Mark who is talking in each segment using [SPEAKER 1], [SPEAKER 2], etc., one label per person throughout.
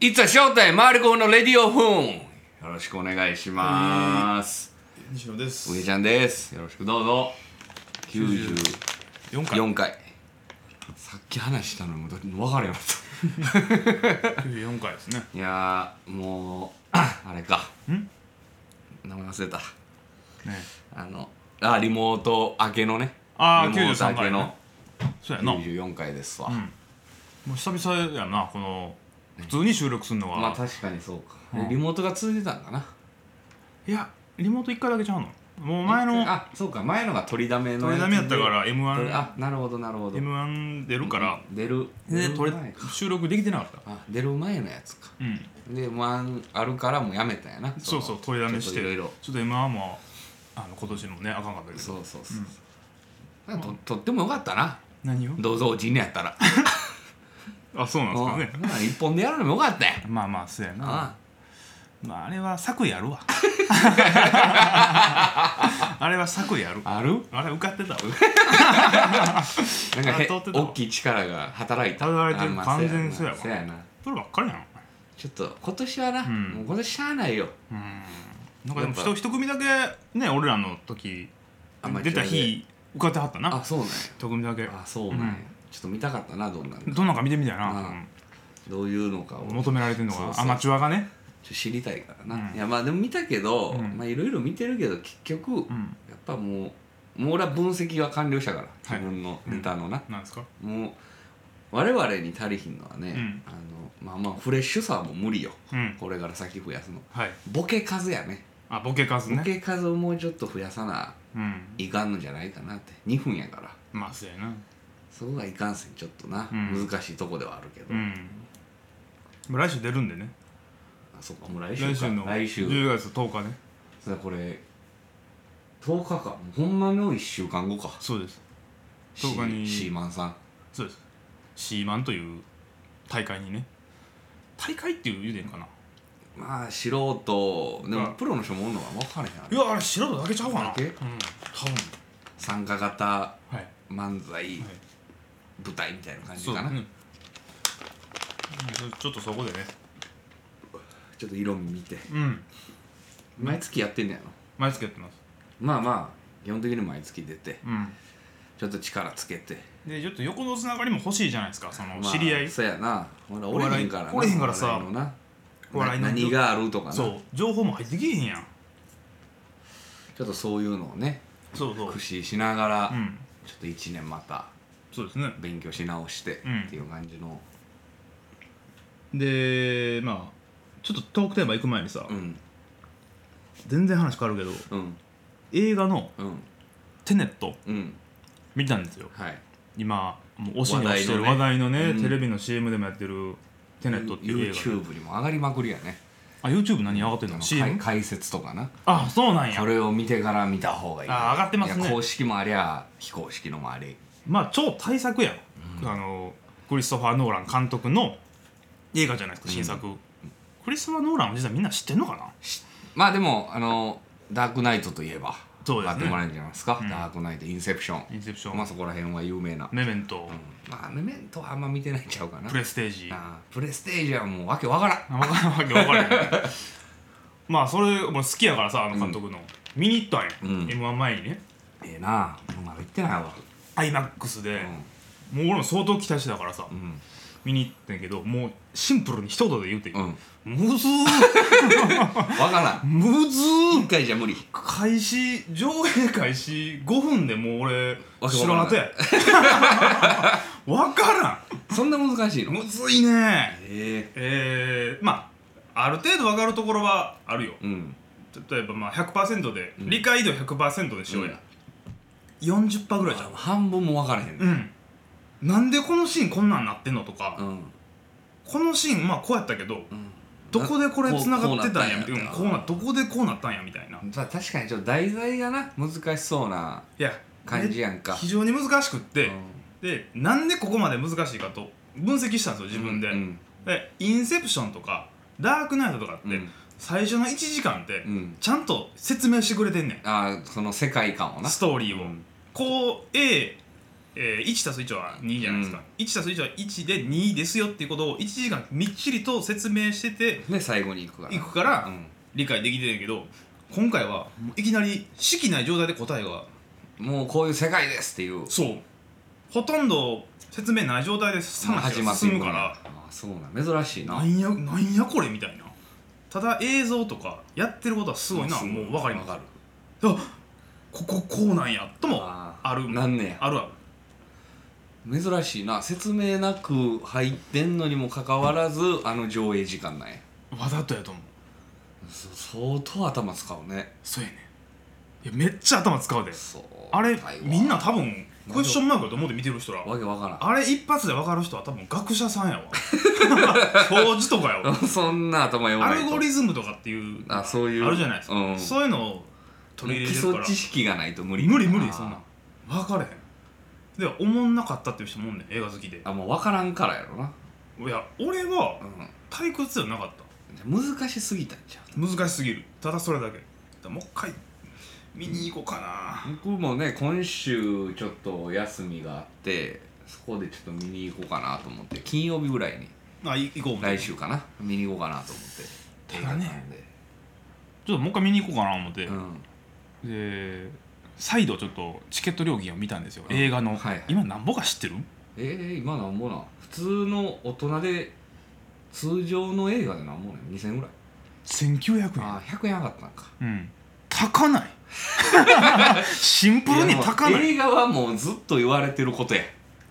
[SPEAKER 1] いつは正体マルコのレディオフーンよろしくお願いします
[SPEAKER 2] 西野です
[SPEAKER 1] 上ちゃんですよろしくどうぞ94
[SPEAKER 2] 4回
[SPEAKER 1] 回さっき話したのもど分からへんかっ
[SPEAKER 2] 94回ですね
[SPEAKER 1] たいやーもうあれか
[SPEAKER 2] ん
[SPEAKER 1] 名前忘れた
[SPEAKER 2] ね
[SPEAKER 1] あのあリモート明けのね
[SPEAKER 2] あー
[SPEAKER 1] リモート
[SPEAKER 2] 93
[SPEAKER 1] 明けの
[SPEAKER 2] そうやな、うん、
[SPEAKER 1] 94回ですわ、
[SPEAKER 2] もう久々やなこの普通に収録するのは、
[SPEAKER 1] まあ確かにそうか、
[SPEAKER 2] うん
[SPEAKER 1] リモートが続いてたんかない
[SPEAKER 2] やリモート1回だけちゃうのもう前の
[SPEAKER 1] あそうか前のが取りだめの
[SPEAKER 2] 取り
[SPEAKER 1] つ
[SPEAKER 2] だめやったから
[SPEAKER 1] 取り
[SPEAKER 2] m
[SPEAKER 1] あなるほどなるほど
[SPEAKER 2] 1 m 1出るから、
[SPEAKER 1] 出る
[SPEAKER 2] で
[SPEAKER 1] 出る
[SPEAKER 2] 取れ
[SPEAKER 1] 前か
[SPEAKER 2] 収録できてなかった
[SPEAKER 1] あ出る前のやつか
[SPEAKER 2] うん
[SPEAKER 1] でワンあるからもうやめたんやな
[SPEAKER 2] そうそう取りだめして
[SPEAKER 1] ちょっといろいろ
[SPEAKER 2] ちょっと m 1もあの今年のねあかんかったけ
[SPEAKER 1] そ
[SPEAKER 2] ど
[SPEAKER 1] うそうそう、なんかととってもよかったな
[SPEAKER 2] 何を
[SPEAKER 1] どうぞおじいにやったら
[SPEAKER 2] あそうなんですかね
[SPEAKER 1] うんまあ一本でやるのもよかったやん
[SPEAKER 2] まあまあそうやな
[SPEAKER 1] あ
[SPEAKER 2] まあ、あれは作や るわあれは作やる
[SPEAKER 1] あある
[SPEAKER 2] あれ受かってたわ
[SPEAKER 1] なんかへ
[SPEAKER 2] あ通ってたわ
[SPEAKER 1] 大きい力が働いた
[SPEAKER 2] 働いてる
[SPEAKER 1] あまあ
[SPEAKER 2] 完全にそうやわ
[SPEAKER 1] そうやな
[SPEAKER 2] そればっかりやん
[SPEAKER 1] ちょっと今年はな、
[SPEAKER 2] ん
[SPEAKER 1] もう今年しゃあないよ
[SPEAKER 2] なんかでも
[SPEAKER 1] やっぱ
[SPEAKER 2] 一一組だけね俺らの時
[SPEAKER 1] アマチュアで
[SPEAKER 2] 出た日受かってはったな
[SPEAKER 1] あそうなん
[SPEAKER 2] 一組だけ
[SPEAKER 1] やあそうなんや、ちょっと見たかったなどんなんか
[SPEAKER 2] どんなんか見てみたいな、
[SPEAKER 1] うんどういうのかを
[SPEAKER 2] うん求められてるの
[SPEAKER 1] そ
[SPEAKER 2] が
[SPEAKER 1] うそう
[SPEAKER 2] アマチュアがね
[SPEAKER 1] ちょっと知りたいからな、
[SPEAKER 2] うん
[SPEAKER 1] いやまあでも見たけど、
[SPEAKER 2] うん
[SPEAKER 1] まあいろいろ見てるけど結局、や
[SPEAKER 2] ん
[SPEAKER 1] っぱもうもう俺は分析は完了したから自分のネタのな、
[SPEAKER 2] なんですか
[SPEAKER 1] もう我々に足りひんのはね、
[SPEAKER 2] うん
[SPEAKER 1] あのまあまあフレッシュさはもう無理よ
[SPEAKER 2] うん
[SPEAKER 1] これから先増やすの
[SPEAKER 2] はい
[SPEAKER 1] ボケ数やね
[SPEAKER 2] あボケ数
[SPEAKER 1] ボ
[SPEAKER 2] ね
[SPEAKER 1] ケ数をもうちょっと増やさな
[SPEAKER 2] うん
[SPEAKER 1] いかんのじゃないかなって2分やから
[SPEAKER 2] まあそうやな
[SPEAKER 1] そこがいかんせんちょっとな、
[SPEAKER 2] うん
[SPEAKER 1] 難しいとこではあるけど、
[SPEAKER 2] うんもう来週出るんでね
[SPEAKER 1] あそうかもう来週か
[SPEAKER 2] 来週の
[SPEAKER 1] 来週
[SPEAKER 2] 10月10日ね
[SPEAKER 1] それこれ10日かもうほんまの1週間後か
[SPEAKER 2] そうです
[SPEAKER 1] シ
[SPEAKER 2] 10日に
[SPEAKER 1] シーマンさん
[SPEAKER 2] そうですシーマンという大会にね大会っていう言うでんかな
[SPEAKER 1] まあ素人で
[SPEAKER 2] う
[SPEAKER 1] も
[SPEAKER 2] ん
[SPEAKER 1] プロの人もおんのは分からへんあ
[SPEAKER 2] い
[SPEAKER 1] れ
[SPEAKER 2] やあれ素人だけちゃうかな
[SPEAKER 1] だけ
[SPEAKER 2] うん多分
[SPEAKER 1] 参加型
[SPEAKER 2] はい
[SPEAKER 1] 漫才舞台みたいな感じ
[SPEAKER 2] そう
[SPEAKER 1] か
[SPEAKER 2] だ
[SPEAKER 1] な、
[SPEAKER 2] ねうんちょっとそこでね
[SPEAKER 1] ちょっと色味見て
[SPEAKER 2] うん
[SPEAKER 1] 毎月やってんねやろ
[SPEAKER 2] 毎月やってます
[SPEAKER 1] まあまあ基本的に毎月出て
[SPEAKER 2] うん
[SPEAKER 1] ちょっと力つけて
[SPEAKER 2] でちょっと横のつながりも欲しいじゃないですかその
[SPEAKER 1] まあ
[SPEAKER 2] 知り合い、
[SPEAKER 1] そうやなほら折れへんからな
[SPEAKER 2] お笑い折れへんからさ
[SPEAKER 1] お笑いのな
[SPEAKER 2] お笑いの
[SPEAKER 1] な何があるとかな
[SPEAKER 2] そう情報も入ってきえへんやん
[SPEAKER 1] ちょっとそういうのをね
[SPEAKER 2] そうそう
[SPEAKER 1] 駆使しながら、
[SPEAKER 2] うん
[SPEAKER 1] ちょっと1年また
[SPEAKER 2] そうですね
[SPEAKER 1] 勉強し直して
[SPEAKER 2] うん
[SPEAKER 1] っていう感じの、
[SPEAKER 2] でまあちょっとトークテーマ行く前にさ、
[SPEAKER 1] うん、
[SPEAKER 2] 全然話変わるけど
[SPEAKER 1] うん
[SPEAKER 2] 映画の
[SPEAKER 1] うん
[SPEAKER 2] 「テネット
[SPEAKER 1] うん」
[SPEAKER 2] 見たんですよ
[SPEAKER 1] はい
[SPEAKER 2] 今もう推しに推してる話
[SPEAKER 1] 話
[SPEAKER 2] 題
[SPEAKER 1] 題
[SPEAKER 2] のね
[SPEAKER 1] うん
[SPEAKER 2] テレビの CM でもやってる「テネット」っていう映画
[SPEAKER 1] YouTube にも上がりまくりやね
[SPEAKER 2] あ YouTube 何上がってんの
[SPEAKER 1] 解
[SPEAKER 2] CM?
[SPEAKER 1] 解説とかな
[SPEAKER 2] あそうなんや
[SPEAKER 1] これを見てから見た方がいい
[SPEAKER 2] あー上がってますね
[SPEAKER 1] いや公式もありゃ非公式のもあり
[SPEAKER 2] まあ超大作やん、あのクリストファー・ノーラン監督の映画じゃないですか新作、クリストファー・ノーランは実はみんな知ってんのかな
[SPEAKER 1] まあでもあのダークナイトといえば
[SPEAKER 2] そうで
[SPEAKER 1] 上
[SPEAKER 2] すね
[SPEAKER 1] がってもらえるんじゃないですか、
[SPEAKER 2] うん
[SPEAKER 1] ダークナイトインセプション
[SPEAKER 2] インセプション、
[SPEAKER 1] まあそこら辺は有名な、
[SPEAKER 2] メメント、
[SPEAKER 1] うんまあメメントはあんま見てないんちゃうかな
[SPEAKER 2] プレステージあ
[SPEAKER 1] あープレステージはもうわけわからん
[SPEAKER 2] 分かるわけ分からへん まあそれ俺好きやからさあの監督の、見に行ったんや、
[SPEAKER 1] うん
[SPEAKER 2] m 1前にね
[SPEAKER 1] ええなあまだ言ってないわ
[SPEAKER 2] IMAX で、もう俺も相当期待してたからさ、
[SPEAKER 1] うん
[SPEAKER 2] 見に行ってんけどもうシンプルに一言で言うていい、
[SPEAKER 1] うん
[SPEAKER 2] むずー
[SPEAKER 1] わからん
[SPEAKER 2] むずー
[SPEAKER 1] 今回じゃ無理
[SPEAKER 2] 開始上映開始5分でもう俺
[SPEAKER 1] わけわ
[SPEAKER 2] 白
[SPEAKER 1] からん
[SPEAKER 2] 旗やわから
[SPEAKER 1] そんな難しい
[SPEAKER 2] ん
[SPEAKER 1] の
[SPEAKER 2] むずいね
[SPEAKER 1] え
[SPEAKER 2] えー、まあある程度わかるところはあるよ
[SPEAKER 1] えうん
[SPEAKER 2] 例えばまあ100%で、理解度100%でしようや、40%ぐらいじゃん
[SPEAKER 1] 半分も分からへん
[SPEAKER 2] う
[SPEAKER 1] ね
[SPEAKER 2] んなんでこのシーンこんなんなってんのとか、
[SPEAKER 1] うん
[SPEAKER 2] このシーンまあこうやったけど、
[SPEAKER 1] ん
[SPEAKER 2] どこでこれ繋がってたんやみ
[SPEAKER 1] こ
[SPEAKER 2] た
[SPEAKER 1] うこうなったんや
[SPEAKER 2] いなこうなどこでこうなったんやみたいな
[SPEAKER 1] まあ確かにちょっと題材がな難しそうない
[SPEAKER 2] や
[SPEAKER 1] 感じやんか
[SPEAKER 2] 非常に難しくって、
[SPEAKER 1] う
[SPEAKER 2] でなんでここまで難しいかと分析したんですよ自分で,、
[SPEAKER 1] うん
[SPEAKER 2] でインセプションとかダークナイトとかって、
[SPEAKER 1] うん
[SPEAKER 2] 最初の1時間って、
[SPEAKER 1] うん
[SPEAKER 2] ちゃんと説明してくれてんねん
[SPEAKER 1] ああその世界観をな
[SPEAKER 2] ストーリーを、こう A えー、1たす1は2じゃないですか、1たす1は1で2ですよっていうことを1時間みっちりと説明してて
[SPEAKER 1] で最後に行くから
[SPEAKER 2] いくから
[SPEAKER 1] うん
[SPEAKER 2] 理解できてるけど今回はもういきなり式ない状態で答えが
[SPEAKER 1] もうこういう世界ですっていう
[SPEAKER 2] そうほとんど説明ない状態で話が進むから
[SPEAKER 1] あそうなん珍しいな
[SPEAKER 2] なんやなんやこれみたいなただ映像とかやってることはすごいな
[SPEAKER 1] うん
[SPEAKER 2] もう分かります
[SPEAKER 1] わかる
[SPEAKER 2] あこここうなんやとも
[SPEAKER 1] あー
[SPEAKER 2] ある
[SPEAKER 1] なんねや
[SPEAKER 2] あるある
[SPEAKER 1] 珍しいな説明なく入ってんのにもかかわらずあの上映時間なんや
[SPEAKER 2] わざとやと思う
[SPEAKER 1] そ相当頭使うね
[SPEAKER 2] そうやねんいやめっちゃ頭使うで
[SPEAKER 1] そう
[SPEAKER 2] あれ
[SPEAKER 1] 台湾
[SPEAKER 2] みんな多分クエスチョンマークだと思って見てる人ら
[SPEAKER 1] わけわか
[SPEAKER 2] あれ一発で分かる人は多分学者さんや わ教授とかや
[SPEAKER 1] らん
[SPEAKER 2] わ
[SPEAKER 1] そんな頭弱
[SPEAKER 2] ア
[SPEAKER 1] いと
[SPEAKER 2] ルゴリズムとかっていう
[SPEAKER 1] あそういう
[SPEAKER 2] あるじゃないですか、
[SPEAKER 1] うん
[SPEAKER 2] そういうのを取り
[SPEAKER 1] 基
[SPEAKER 2] 入れてる
[SPEAKER 1] 礎
[SPEAKER 2] から
[SPEAKER 1] 知識がないと無理
[SPEAKER 2] 無理無理そんな
[SPEAKER 1] あ
[SPEAKER 2] 分かれへんでおもんなかったっていう人もおんねん映画好きで
[SPEAKER 1] ーあもう分からんからやろな、
[SPEAKER 2] いや俺は退屈じゃなかった
[SPEAKER 1] うん、難しすぎたんちゃう
[SPEAKER 2] 難しすぎるただそれだけだからもう一回見に行こうかな
[SPEAKER 1] 僕もね今週ちょっとお休みがあってそこでちょっと見に行こうかなと思って金曜日ぐらいに
[SPEAKER 2] あい行こうみたい
[SPEAKER 1] 来
[SPEAKER 2] な
[SPEAKER 1] 週かな見に行こうかなと思って
[SPEAKER 2] ただね
[SPEAKER 1] で、
[SPEAKER 2] ちょっともう一回見に行こうかな思って、
[SPEAKER 1] うん、
[SPEAKER 2] で再度ちょっとチケット料金を見たんですよ、
[SPEAKER 1] うん
[SPEAKER 2] 映画の、
[SPEAKER 1] はいはい
[SPEAKER 2] 今なんぼか知ってる
[SPEAKER 1] えー、今なんぼなん普通の大人で通常の映画でなんぼなん2000円ぐらい
[SPEAKER 2] ?1900
[SPEAKER 1] ああ100円上がったんか
[SPEAKER 2] 円うん 高ないシンプルに高
[SPEAKER 1] いや
[SPEAKER 2] な
[SPEAKER 1] もう
[SPEAKER 2] い
[SPEAKER 1] 映画はもうずっと言われてることや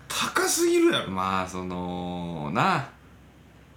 [SPEAKER 2] 高すぎるやろ
[SPEAKER 1] まあそのな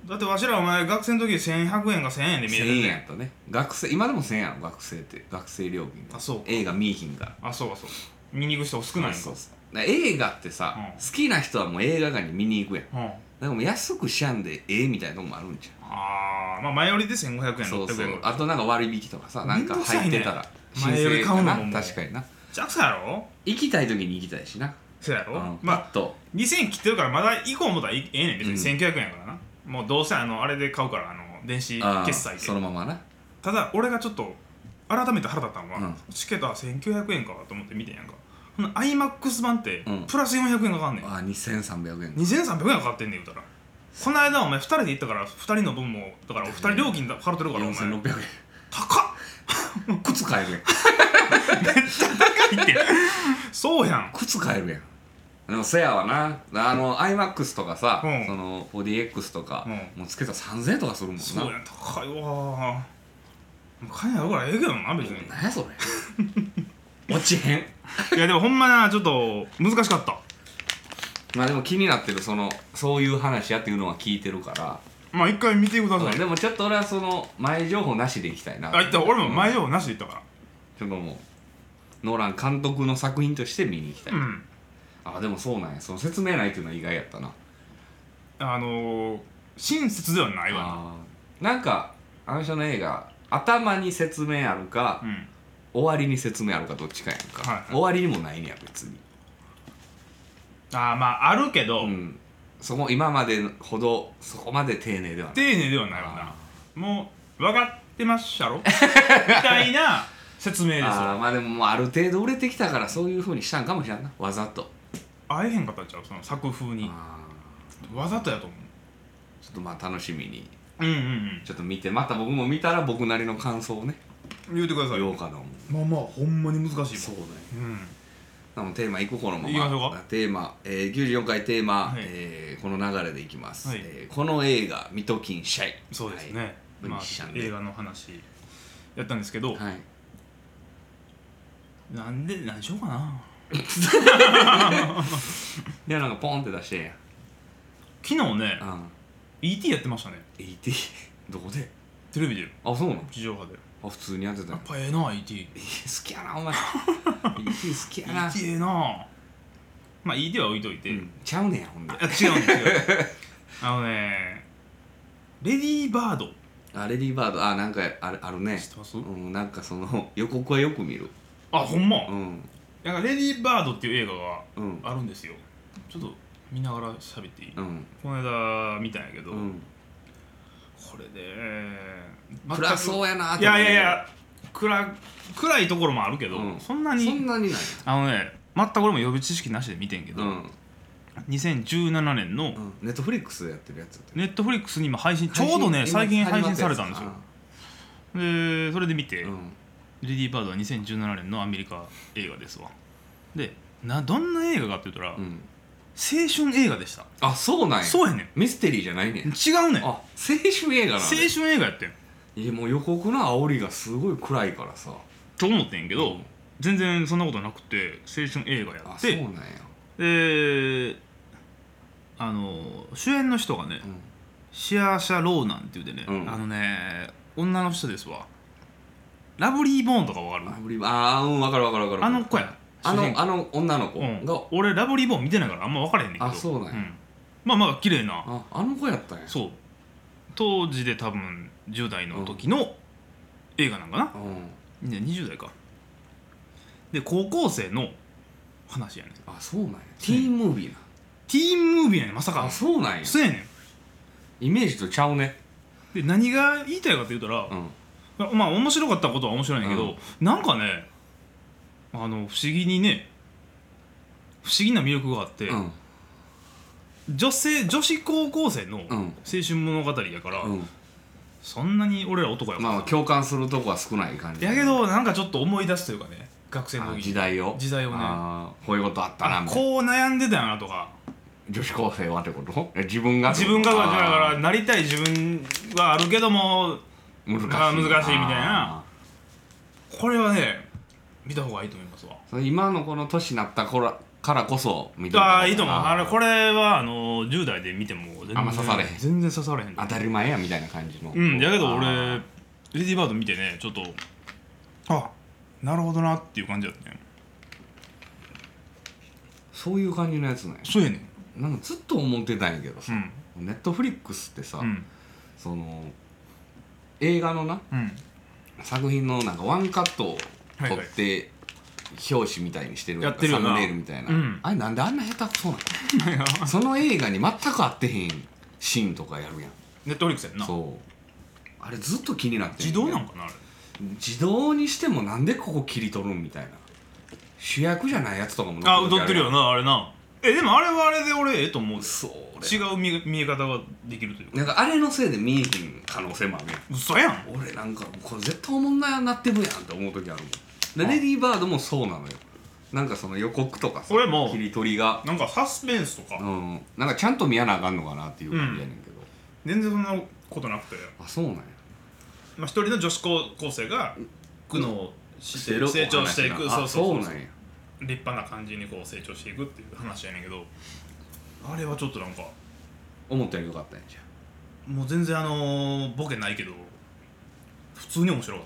[SPEAKER 2] だってわしらお前学生の時1100円か1000円で見
[SPEAKER 1] 1000
[SPEAKER 2] れて
[SPEAKER 1] 円
[SPEAKER 2] て
[SPEAKER 1] やったね学生今でも1000円やろ学生って学生料金が
[SPEAKER 2] あそうか
[SPEAKER 1] 映画見いひんから
[SPEAKER 2] あそうかそうか見に行く人少ないんか
[SPEAKER 1] そうそうだから映画ってさ、
[SPEAKER 2] うん
[SPEAKER 1] 好きな人はもう映画館に見に行くやんだか
[SPEAKER 2] うん
[SPEAKER 1] らもう安くしやんでええみたいなとこもあるんじゃん
[SPEAKER 2] ああまあ前よりで1500円
[SPEAKER 1] そ
[SPEAKER 2] 600
[SPEAKER 1] うそう
[SPEAKER 2] 円ぐら
[SPEAKER 1] あ
[SPEAKER 2] い
[SPEAKER 1] となんか割引とかさなんか
[SPEAKER 2] めんどくさ
[SPEAKER 1] 入
[SPEAKER 2] い
[SPEAKER 1] っ
[SPEAKER 2] ね
[SPEAKER 1] てたら
[SPEAKER 2] 前より買うのも
[SPEAKER 1] 申請かな確かにな
[SPEAKER 2] ジャクサやろ
[SPEAKER 1] 行きたい時に行きたいしな、
[SPEAKER 2] そうやろ、
[SPEAKER 1] うん、
[SPEAKER 2] ま
[SPEAKER 1] パ
[SPEAKER 2] あ
[SPEAKER 1] ッと
[SPEAKER 2] 2000円切ってるからまだ行こう思ったらいええねん別に
[SPEAKER 1] う
[SPEAKER 2] 1900円やからな、もうどうせあのあれで買うからあの電子
[SPEAKER 1] あー
[SPEAKER 2] 決済で
[SPEAKER 1] そのままな
[SPEAKER 2] ただ俺がちょっと改めて腹立ったのは、
[SPEAKER 1] うん
[SPEAKER 2] チケットは1900円かと思って見てんやんかほんな iMAX 版って
[SPEAKER 1] うん
[SPEAKER 2] プラス400円かかんねん、
[SPEAKER 1] あー2300円
[SPEAKER 2] 2300円かかってんねん言うたらこの間お前2人で行ったから2人の分もだからお二人料金だ払ってるからお前高っ
[SPEAKER 1] 4600円靴買えるやん
[SPEAKER 2] 高いって そうやん
[SPEAKER 1] 靴買えるやんでもせやわなあの iMAX とかさ、
[SPEAKER 2] うん
[SPEAKER 1] その 4DX とか、
[SPEAKER 2] う
[SPEAKER 1] もうつけたら3000円とかするもんな
[SPEAKER 2] そうやん高いわー金あるからええけどな別に
[SPEAKER 1] 何やそれ落ちへん
[SPEAKER 2] いやでもほんまなちょっと難しかった
[SPEAKER 1] まあでも気になってるそのそういう話やっていうのは聞いてるから
[SPEAKER 2] まあ一回見てください
[SPEAKER 1] でもちょっと俺はその前情報なしでいきたいな
[SPEAKER 2] あ行った俺も前情報なしで行ったか
[SPEAKER 1] ちょっともうノーラン監督の作品として見に行きたい、
[SPEAKER 2] らうん
[SPEAKER 1] あでもそうなんやその説明ないっていうのは意外やったな
[SPEAKER 2] あのー、親切ではないわ
[SPEAKER 1] あーなんかあの人の映画頭に説明あるか、
[SPEAKER 2] なうん
[SPEAKER 1] 終わりに説明あるかどっちかやんか、
[SPEAKER 2] はい
[SPEAKER 1] 終わりにもないねや別に、
[SPEAKER 2] ああまああるけど、
[SPEAKER 1] うん、そこ今までほどそこまで丁寧ではない
[SPEAKER 2] 丁寧ではないわなもう分かってまっしゃ ろみたいな説明ですよ
[SPEAKER 1] あーまあでももうある程度売れてきたからそういうふうにしたんかもしれんなわざと
[SPEAKER 2] 会えへんかったんちゃうその作風に
[SPEAKER 1] あ
[SPEAKER 2] わざとやと思
[SPEAKER 1] ーちょっとまあ楽しみに
[SPEAKER 2] ううんうんうん
[SPEAKER 1] ちょっと見てまた僕も見たら僕なりの感想をね
[SPEAKER 2] 言うてください
[SPEAKER 1] 言お
[SPEAKER 2] よ
[SPEAKER 1] うかな思う
[SPEAKER 2] まあまあほんまに難しい
[SPEAKER 1] そう
[SPEAKER 2] わ
[SPEAKER 1] だよ
[SPEAKER 2] うん
[SPEAKER 1] なのでテーマいくこのま
[SPEAKER 2] いきましょう
[SPEAKER 1] まテーマ、えー、94回テーマ、
[SPEAKER 2] はい
[SPEAKER 1] えーこの流れでいきます、
[SPEAKER 2] はい
[SPEAKER 1] えーこの映画「ミトキンシャイ」
[SPEAKER 2] そうですね、
[SPEAKER 1] はい
[SPEAKER 2] まあ
[SPEAKER 1] 文章ね
[SPEAKER 2] 映画の話やったんですけど、
[SPEAKER 1] はい、はい、
[SPEAKER 2] なんで何しようかない
[SPEAKER 1] やなんかポンって出してんやん
[SPEAKER 2] 昨日ね
[SPEAKER 1] うん
[SPEAKER 2] ET やってましたね
[SPEAKER 1] ET どこで
[SPEAKER 2] テレビで
[SPEAKER 1] あそうなの
[SPEAKER 2] 地上波で
[SPEAKER 1] あ普通にやってた
[SPEAKER 2] や
[SPEAKER 1] よ
[SPEAKER 2] っぱええな ET
[SPEAKER 1] 好きやなお前 ET 好きやな
[SPEAKER 2] ET ええなまあ ET は置いといて、
[SPEAKER 1] うんちゃうねんほんで
[SPEAKER 2] あ 違うんですよあのねレディーバード知っ
[SPEAKER 1] あレディーバードあなんかあるあるね
[SPEAKER 2] てます
[SPEAKER 1] うんなんかその予告はよく見る
[SPEAKER 2] あほんま
[SPEAKER 1] うん
[SPEAKER 2] なんかレディーバードっていう映画
[SPEAKER 1] うん
[SPEAKER 2] があるんですよちょっと見ながら喋っていい、
[SPEAKER 1] うん
[SPEAKER 2] この間見たんやけど、
[SPEAKER 1] うん
[SPEAKER 2] これね
[SPEAKER 1] 暗そう
[SPEAKER 2] や
[SPEAKER 1] やなと
[SPEAKER 2] い
[SPEAKER 1] 思って
[SPEAKER 2] やいやいや暗暗いところもあるけど、
[SPEAKER 1] うん
[SPEAKER 2] そんな
[SPEAKER 1] そ
[SPEAKER 2] に
[SPEAKER 1] んなにない
[SPEAKER 2] あのね全く俺も予備知識なしで見てんけど、
[SPEAKER 1] うん
[SPEAKER 2] 2017年の
[SPEAKER 1] ネットフリックスでやってるやつ
[SPEAKER 2] ネットフリックスに今配信ち
[SPEAKER 1] 配信
[SPEAKER 2] ょうどね
[SPEAKER 1] 今
[SPEAKER 2] 最近
[SPEAKER 1] 始
[SPEAKER 2] 配
[SPEAKER 1] ま
[SPEAKER 2] 信
[SPEAKER 1] った
[SPEAKER 2] さ
[SPEAKER 1] や
[SPEAKER 2] れ
[SPEAKER 1] つ
[SPEAKER 2] たんですよでそれで見て、
[SPEAKER 1] うん
[SPEAKER 2] レディー・バードは2017年のアメリカ映画ですわでなどんな映画かって言ったら、
[SPEAKER 1] うん
[SPEAKER 2] 青春映画でした、
[SPEAKER 1] あそうなんや
[SPEAKER 2] そうやねん
[SPEAKER 1] ミステリーじゃないねん
[SPEAKER 2] 違うねん
[SPEAKER 1] あ
[SPEAKER 2] 青
[SPEAKER 1] 青春映画なの
[SPEAKER 2] 春映画やってん
[SPEAKER 1] いやもう予告の煽りがすごい暗いからさ
[SPEAKER 2] と思ってんけど、
[SPEAKER 1] うん
[SPEAKER 2] 全然そんなことなくて青春映画や
[SPEAKER 1] あ
[SPEAKER 2] っ
[SPEAKER 1] そうなん
[SPEAKER 2] て
[SPEAKER 1] や
[SPEAKER 2] であの主演の人がね、
[SPEAKER 1] うん
[SPEAKER 2] シアーシャ・ローナンっていうてね、
[SPEAKER 1] うん
[SPEAKER 2] あのね女の人ですわラブリー・ボーンとかわかる
[SPEAKER 1] あリあーうん分かる分かる分かる
[SPEAKER 2] あの子や
[SPEAKER 1] あ
[SPEAKER 2] 主人
[SPEAKER 1] の
[SPEAKER 2] 公
[SPEAKER 1] あの女の子
[SPEAKER 2] うん
[SPEAKER 1] が、
[SPEAKER 2] 俺ラブリー・ボーン見てないからあんま分からへんねんけど
[SPEAKER 1] あそうなんや
[SPEAKER 2] まあまあ綺麗な
[SPEAKER 1] ああの子やったんや
[SPEAKER 2] そう当時で多分10代の時の映画なんかな、
[SPEAKER 1] うん
[SPEAKER 2] いや20代かで高校生の話やねん
[SPEAKER 1] あそうなんやティーンムービーな
[SPEAKER 2] ティーンムービーやねんまさか
[SPEAKER 1] あそうなんや
[SPEAKER 2] そうやね
[SPEAKER 1] イメージとちゃうね
[SPEAKER 2] んで何が言いたいかって言ったら
[SPEAKER 1] う、ん
[SPEAKER 2] まあまあ面白かったことは面白いんやけど、なんかねあの不思議にね不思議な魅力があって、
[SPEAKER 1] うん
[SPEAKER 2] 女性女子高校生の
[SPEAKER 1] う
[SPEAKER 2] 青
[SPEAKER 1] ん
[SPEAKER 2] 春物語やから、
[SPEAKER 1] うん
[SPEAKER 2] そんなに俺ら男やから
[SPEAKER 1] まあ
[SPEAKER 2] さ
[SPEAKER 1] 共感するとこは少ない感じ
[SPEAKER 2] やけどなんかちょっと思い出すというかね学生の
[SPEAKER 1] あ
[SPEAKER 2] 時
[SPEAKER 1] 時代を
[SPEAKER 2] 時代をね
[SPEAKER 1] あーこういうことあったな
[SPEAKER 2] あ
[SPEAKER 1] みたいな
[SPEAKER 2] こう悩んでたよなとか
[SPEAKER 1] 女子高生はってことえ自分が
[SPEAKER 2] 自分がだか
[SPEAKER 1] あ
[SPEAKER 2] ら
[SPEAKER 1] ー
[SPEAKER 2] なりたい自分はあるけども
[SPEAKER 1] 難しい
[SPEAKER 2] あー難しいみたいな
[SPEAKER 1] あ
[SPEAKER 2] これはね見た方がいいと思いますわ
[SPEAKER 1] ーその今のこの年になった頃からこそ見た
[SPEAKER 2] ああいいと思うあれこ
[SPEAKER 1] れ
[SPEAKER 2] れはあの10代で見ても全然
[SPEAKER 1] あんま刺されへん
[SPEAKER 2] 全然刺されへん
[SPEAKER 1] 当たり前やみたいな感じの
[SPEAKER 2] うんやけど俺
[SPEAKER 1] あ
[SPEAKER 2] レディーバード見てねちょっとあなるほどなっていう感じだったね
[SPEAKER 1] そういう感じのやつね
[SPEAKER 2] そうやねん
[SPEAKER 1] なんかずっと思ってたんやけど
[SPEAKER 2] う
[SPEAKER 1] さ、
[SPEAKER 2] ん
[SPEAKER 1] ネットフリックスってさ、
[SPEAKER 2] うん
[SPEAKER 1] その映画のな
[SPEAKER 2] うん
[SPEAKER 1] 作品のなんかワンカットを撮って表紙みたいにしてるん
[SPEAKER 2] やってるよな
[SPEAKER 1] サムネイルみたいな、
[SPEAKER 2] うん
[SPEAKER 1] あれなんであんな下手くそな のその映画に全く合ってへんシーンとかやるやん
[SPEAKER 2] ネットフリックスやんな
[SPEAKER 1] そうあれずっと気になってん
[SPEAKER 2] 自動なんかなあれ
[SPEAKER 1] 自動にしてもなんでここ切り取るんみたいな主役じゃないやつとかも
[SPEAKER 2] あ
[SPEAKER 1] 載
[SPEAKER 2] 踊ってる
[SPEAKER 1] 時
[SPEAKER 2] よなあれなえでもあれはあれで俺ええと思うで
[SPEAKER 1] そう
[SPEAKER 2] 違う見え見え方ができるというか
[SPEAKER 1] なんかあれのせいで見えへん可能性もあるやん
[SPEAKER 2] 嘘やん
[SPEAKER 1] 俺なんかこれ絶対おもんないなってるやんって思う時あるもん
[SPEAKER 2] あ
[SPEAKER 1] でレディーバードもそうなのよなんかその予告とかさ
[SPEAKER 2] 俺も
[SPEAKER 1] 切り取りが
[SPEAKER 2] なんかサスペンスとか
[SPEAKER 1] うんなんかちゃんと見やなあかんのかなっていう感じやねんけど、
[SPEAKER 2] 全然そんなことなくて
[SPEAKER 1] あそうなんや
[SPEAKER 2] まあ、一人の女子高校生が苦悩して
[SPEAKER 1] お話
[SPEAKER 2] 成長していく
[SPEAKER 1] な
[SPEAKER 2] そ
[SPEAKER 1] あ
[SPEAKER 2] うそうそう
[SPEAKER 1] そうなんや
[SPEAKER 2] 立派な感じにこう成長していくっていう話やねんけどあれはちょっとなんか
[SPEAKER 1] 思ったよりよかったんやじゃ
[SPEAKER 2] もう全然あのーボケないけど普通に面白かっ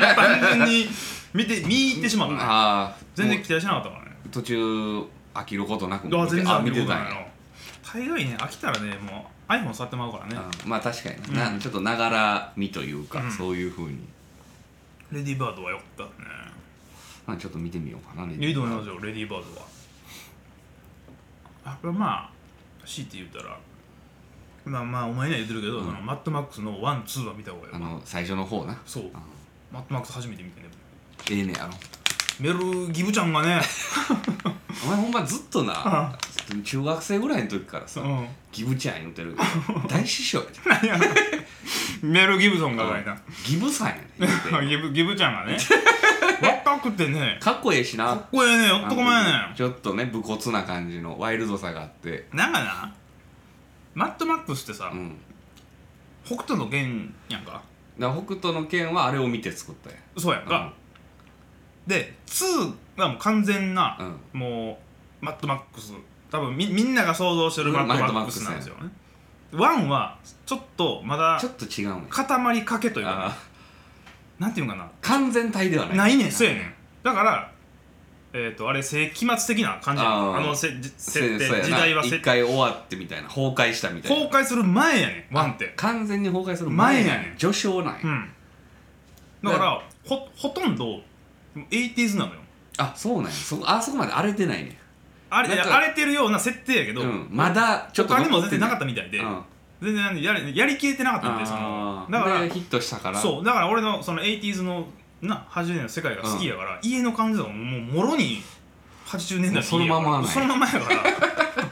[SPEAKER 2] た単純に見て見入ってしまった、ね、
[SPEAKER 1] ああー
[SPEAKER 2] 全然
[SPEAKER 1] も
[SPEAKER 2] 期待しなかったからね
[SPEAKER 1] う途中飽きることなく
[SPEAKER 2] あ全然
[SPEAKER 1] あ見てたん
[SPEAKER 2] 見
[SPEAKER 1] や
[SPEAKER 2] よ大概ね飽きたらねもう iPhone 触ってまうからね
[SPEAKER 1] あまあ確かに
[SPEAKER 2] う
[SPEAKER 1] な、
[SPEAKER 2] ん
[SPEAKER 1] なちょっとながら見というか、
[SPEAKER 2] うん
[SPEAKER 1] そういうふうに、
[SPEAKER 2] レディーバードはよかったね
[SPEAKER 1] まあ、ちょっと見てみようかなレデ
[SPEAKER 2] いいと思い
[SPEAKER 1] バー
[SPEAKER 2] ますよレディーバードはあこれまあ強いて言ったらまあまあお前には言ってるけど、
[SPEAKER 1] うん
[SPEAKER 2] あのマッドマックスのワンツーは見た方がいい
[SPEAKER 1] ドあの最初の方な
[SPEAKER 2] そう
[SPEAKER 1] あの
[SPEAKER 2] マッドマックス初めて見てね
[SPEAKER 1] ええねやろ
[SPEAKER 2] メル・ギブちゃんがね、
[SPEAKER 1] お前ほんまずっとな中学生ぐらいの時から
[SPEAKER 2] う
[SPEAKER 1] さ
[SPEAKER 2] ん、
[SPEAKER 1] ギブちゃん言うてる大師匠やで
[SPEAKER 2] メル・ギブソンがかいな
[SPEAKER 1] ギブさんやで言うて
[SPEAKER 2] ギブギブちゃんがね若くてね
[SPEAKER 1] かっこええし
[SPEAKER 2] か
[SPEAKER 1] な
[SPEAKER 2] っこええね男前やねん
[SPEAKER 1] ちょっとね武骨な感じのワイルドさがあって
[SPEAKER 2] なんかなマッドマックスってさ、
[SPEAKER 1] うん
[SPEAKER 2] 北斗の拳やんか
[SPEAKER 1] だから北斗の拳はあれを見て作ったや
[SPEAKER 2] そうやんか、で2はもう完全な、
[SPEAKER 1] うん
[SPEAKER 2] もうマッドマックス多分みみんなが想像してるマッドマックスなんですよね1はちょっとまだ
[SPEAKER 1] ちょっと違うね
[SPEAKER 2] 固まりかけというか
[SPEAKER 1] あー
[SPEAKER 2] なんていうんかな
[SPEAKER 1] 完全体ではない
[SPEAKER 2] ないねんそうやねんだからえっ、とあれ世紀末的な感じやねん
[SPEAKER 1] あー
[SPEAKER 2] あのせじ
[SPEAKER 1] せ
[SPEAKER 2] 設
[SPEAKER 1] そうやな
[SPEAKER 2] 定時代は
[SPEAKER 1] 一
[SPEAKER 2] 設定
[SPEAKER 1] 回終わってみたいな崩壊したみたいな
[SPEAKER 2] 崩壊する前やねん1って
[SPEAKER 1] あ完全に崩壊する
[SPEAKER 2] 前やねん
[SPEAKER 1] 序章なんや、
[SPEAKER 2] うんだからほほとんど 80s なのよ
[SPEAKER 1] あそうなんやそこあそこまで荒れてないね
[SPEAKER 2] あれ
[SPEAKER 1] なんか
[SPEAKER 2] 荒れてるような設定やけ
[SPEAKER 1] ん、
[SPEAKER 2] ど、
[SPEAKER 1] うん、まだちょっと
[SPEAKER 2] 他にも
[SPEAKER 1] 残っ
[SPEAKER 2] 全
[SPEAKER 1] て
[SPEAKER 2] 然
[SPEAKER 1] な
[SPEAKER 2] ないかったみたいで、
[SPEAKER 1] うん
[SPEAKER 2] 全然やりやりきれてなかったんでそ
[SPEAKER 1] あ
[SPEAKER 2] の
[SPEAKER 1] ー
[SPEAKER 2] だから
[SPEAKER 1] でヒットしたから
[SPEAKER 2] そうだから俺のその 80s のな80年の世界が好きやから、家の感じとかももうもろに80年代
[SPEAKER 1] そのままなんや
[SPEAKER 2] そのままやか らだか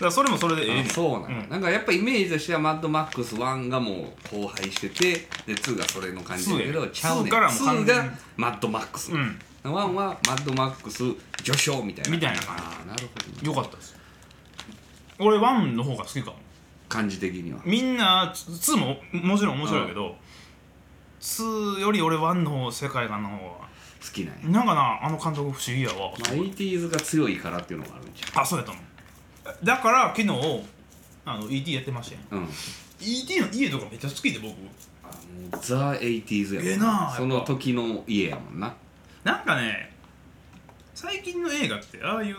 [SPEAKER 2] らそれもそれでええねん
[SPEAKER 1] あそうなんや、
[SPEAKER 2] うん
[SPEAKER 1] なんかやっぱイメージとしてはマッドマックス1がもう荒廃しててで2がそれの感じだけ
[SPEAKER 2] ツー
[SPEAKER 1] ど
[SPEAKER 2] や
[SPEAKER 1] ちゃうねん
[SPEAKER 2] ツーからもう完
[SPEAKER 1] 2
[SPEAKER 2] 全に
[SPEAKER 1] がマッドマックス、
[SPEAKER 2] うん
[SPEAKER 1] 1はマッドマックス序章みたいな
[SPEAKER 2] みたいな感じ
[SPEAKER 1] ああなるほどね
[SPEAKER 2] よかったです俺ワンの方が好きかも
[SPEAKER 1] 感じ的には
[SPEAKER 2] みんなツツーももちろん面白いけど、ツーより俺ワンの方世界観の方は
[SPEAKER 1] 好きなんや、
[SPEAKER 2] なんかなあの監督不思議やわ
[SPEAKER 1] まあ、80s が強いからっていうのがあるんちゃ
[SPEAKER 2] あそうやと思うだから昨日あの ET やってましたやん
[SPEAKER 1] ううん
[SPEAKER 2] ET の家とかめっちゃ好きで僕
[SPEAKER 1] あもうザ・ 80s やもん
[SPEAKER 2] ええなあ
[SPEAKER 1] その時の家やもんな
[SPEAKER 2] なんかね最近の映画ってああいう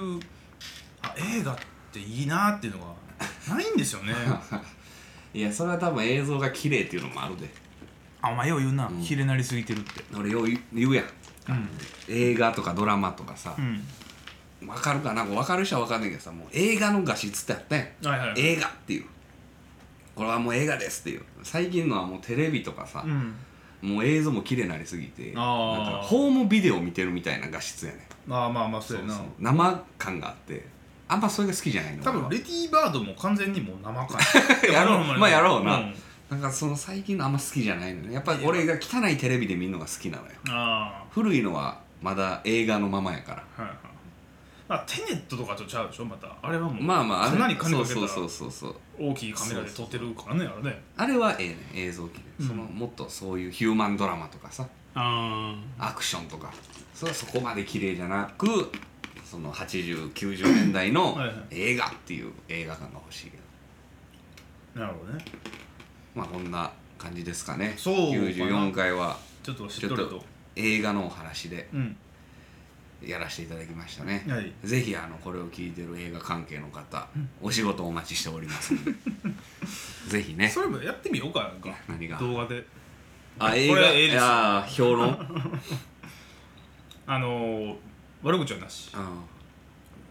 [SPEAKER 2] あ映画っていいなっていうのがないんで すよね
[SPEAKER 1] いやそれは多分映像が綺麗っていうのもあるで
[SPEAKER 2] あお前よう言うな
[SPEAKER 1] うん
[SPEAKER 2] 綺麗、なりすぎてるって
[SPEAKER 1] 俺よう言言うやん
[SPEAKER 2] うん、
[SPEAKER 1] 映画とかドラマとかさ
[SPEAKER 2] う、ん
[SPEAKER 1] わかるかなわかる人はわかんないけどさもう映画の画質ってあったやん、
[SPEAKER 2] はいはいはい
[SPEAKER 1] 映画っていうこれはもう映画ですっていう最近のはもうテレビとかさ
[SPEAKER 2] う、ん
[SPEAKER 1] もう映像も綺麗になりすぎてなんか
[SPEAKER 2] あー
[SPEAKER 1] ホームビデオ見てるみたいな画質やね
[SPEAKER 2] まあまあまあそうやな
[SPEAKER 1] そう生感があってあんまそれが好きじゃないの
[SPEAKER 2] 多分
[SPEAKER 1] 俺
[SPEAKER 2] レディーバードも完全にもう生感
[SPEAKER 1] やろうまあやろうな
[SPEAKER 2] うん
[SPEAKER 1] はなんかその最近のあんま好きじゃないのねやっぱ俺が汚いテレビで見るのが好きなのよ
[SPEAKER 2] あ
[SPEAKER 1] 古いのはまだ映画のままやから
[SPEAKER 2] あはいはいまあテネットとかとちゃうでしょまたあれはもう
[SPEAKER 1] まあまああれ
[SPEAKER 2] かなり金かけた
[SPEAKER 1] そうそうそうそうそう
[SPEAKER 2] 大きいカメラで撮ってるからねあれね
[SPEAKER 1] あれはええねん映像機で、
[SPEAKER 2] うん
[SPEAKER 1] そのもっとそういうヒューマンドラマとかさ
[SPEAKER 2] あ
[SPEAKER 1] アクションとかそれはそこまで綺麗じゃなくその8090年代の
[SPEAKER 2] はいはい
[SPEAKER 1] 映画っていう映画館が欲しいけど
[SPEAKER 2] あなるほどね
[SPEAKER 1] まあこんな感じですかね
[SPEAKER 2] そうかな
[SPEAKER 1] 94回は
[SPEAKER 2] ちょっとし
[SPEAKER 1] ち
[SPEAKER 2] っ
[SPEAKER 1] ょ
[SPEAKER 2] と
[SPEAKER 1] っ
[SPEAKER 2] る
[SPEAKER 1] と
[SPEAKER 2] と
[SPEAKER 1] 映画のお話で
[SPEAKER 2] うん
[SPEAKER 1] やらせていただきましたね、
[SPEAKER 2] はい
[SPEAKER 1] ぜひあのこれを聞いてる映画関係の方、お仕事お待ちしております んでぜひね
[SPEAKER 2] それもやってみようかなんか
[SPEAKER 1] 何が
[SPEAKER 2] 動画で
[SPEAKER 1] あ
[SPEAKER 2] れ
[SPEAKER 1] 映画
[SPEAKER 2] え
[SPEAKER 1] い
[SPEAKER 2] えですよ
[SPEAKER 1] やー評論
[SPEAKER 2] あのー、悪口はなし
[SPEAKER 1] あー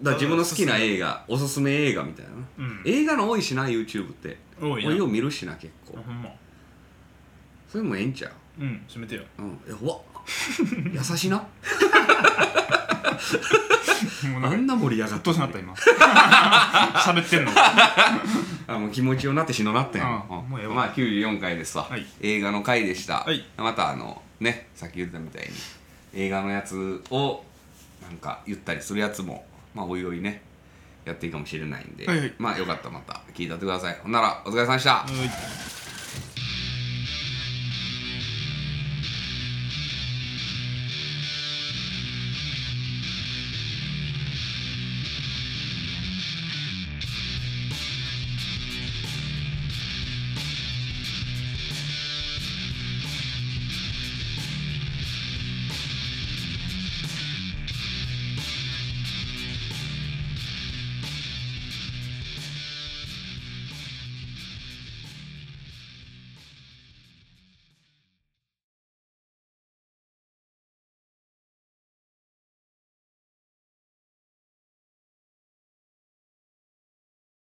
[SPEAKER 1] だから自分の好きな映画おすすめ映画みたいな、
[SPEAKER 2] うん
[SPEAKER 1] 映画の多いしな YouTube って
[SPEAKER 2] 多いな
[SPEAKER 1] 俺よう見るしな結構
[SPEAKER 2] あほんま
[SPEAKER 1] それもええんちゃ
[SPEAKER 2] うん閉めてよ
[SPEAKER 1] ううんえう わ優しいな
[SPEAKER 2] もう
[SPEAKER 1] あんな盛り上が
[SPEAKER 2] ずっ
[SPEAKER 1] った
[SPEAKER 2] としなっ た今喋ってんの
[SPEAKER 1] あもう気持ちよなってしのなってん
[SPEAKER 2] ああ
[SPEAKER 1] うん
[SPEAKER 2] もうええわ
[SPEAKER 1] まあ94回ですわ、
[SPEAKER 2] はい
[SPEAKER 1] 映画の回でした、
[SPEAKER 2] はい
[SPEAKER 1] またあのねさっき言ったみたいに映画のやつをなんか言ったりするやつもまあおいおいねやっていいかもしれないんで、
[SPEAKER 2] はいはい
[SPEAKER 1] まあよかったらまた聞いてってくださいほんならお疲れさまでした、
[SPEAKER 2] はい